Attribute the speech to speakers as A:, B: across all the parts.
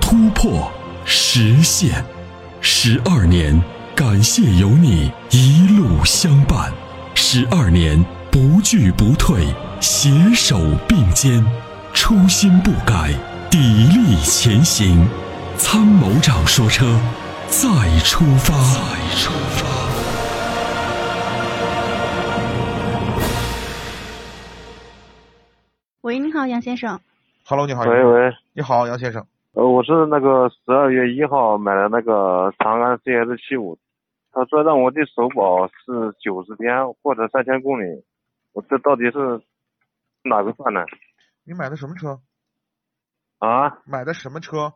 A: 突破、实现，十二年，感谢有你一路相伴，十二年不惧不退，携手并肩，初心不改，砥砺前行。”参谋长说：“车，再出发。”再出发。
B: 喂，你好，杨先生。
C: Hello，你好，
D: 喂喂，
C: 你好，杨先生。
D: 呃，我是那个十二月一号买的那个长安 CS 七五，他说让我的首保是九十天或者三千公里，我这到底是哪个算呢？
C: 你买的什么车？
D: 啊，
C: 买的什么车？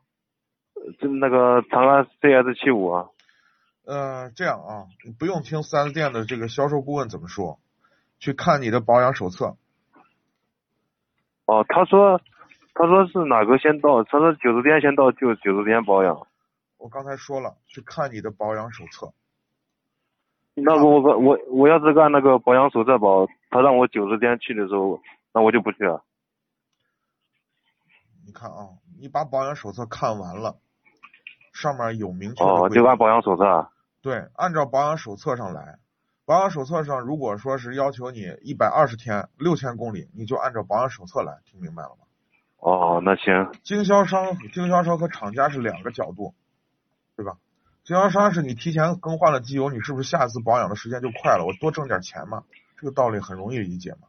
D: 就那个长安 CS 七五啊，
C: 呃，这样啊，你不用听 4S 店的这个销售顾问怎么说，去看你的保养手册。
D: 哦，他说他说是哪个先到，他说九十天先到就九十天保养，
C: 我刚才说了，去看你的保养手册。
D: 那我我我我要是按那个保养手册保，他让我九十天去的时候，那我就不去了。
C: 你看啊，你把保养手册看完了，上面有明确的
D: 哦，
C: 规
D: 就
C: 定
D: 按保养手册啊。
C: 对，按照保养手册上来。保养手册上如果说是要求你一百二十天六千公里，你就按照保养手册来，听明白了吗？
D: 哦，那行，
C: 经销商、经销商和厂家是两个角度，对吧？经销商是你提前更换了机油，你是不是下次保养的时间就快了？我多挣点钱嘛，这个道理很容易理解嘛。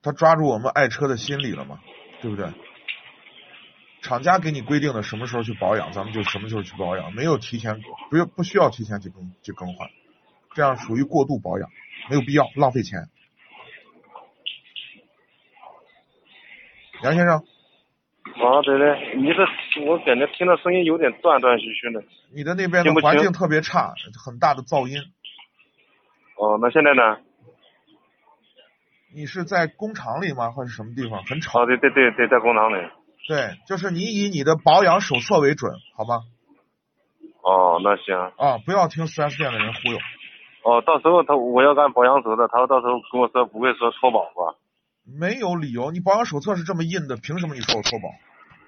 C: 他抓住我们爱车的心理了嘛，对不对？厂家给你规定的什么时候去保养，咱们就什么时候去保养，没有提前，不用不需要提前去更去更换，这样属于过度保养，没有必要，浪费钱。杨先生，
D: 啊，对对，你这我感觉听着声音有点断断续续的。
C: 你的那边的
D: 听不
C: 环
D: 清
C: 境特别差，很大的噪音。
D: 哦，那现在呢？
C: 你是在工厂里吗？还是什么地方？很
D: 哦，
C: 吵。
D: 对对对对，在工厂里。
C: 对，就是你以你的保养手册为准，好吗？
D: 哦，那行。
C: 啊，不要听四 S 店的人忽悠。
D: 哦，到时候他我要干保养手的，他到时候跟我说不会说脱保吧？
C: 没有理由，你保养手册是这么印的，凭什么你说我脱保？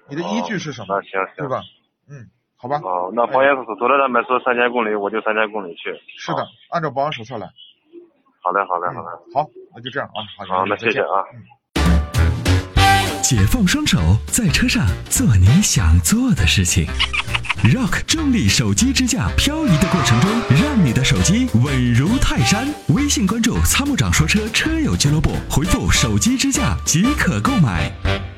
C: 你的依据是什么？
D: 哦那行
C: 对
D: 行。
C: 吧？嗯，好吧，
D: 哦，那保养手头的上面说三千公里，我就三千公里去。
C: 是的
D: 哦。，
C: 按照保养手册来。
D: 好嘞，好嘞，
C: 嗯
D: 好嘞。，
C: 好，那就这样啊。好，
D: 好，那
C: 再见嗯
D: 谢谢啊。
A: 解放双手，在车上做你想做的事情。Rock 重力手机支架，漂移的过程中，让你的手机稳如泰山。微信关注“参谋长说车”车友俱乐部，回复“手机支架”即可购买。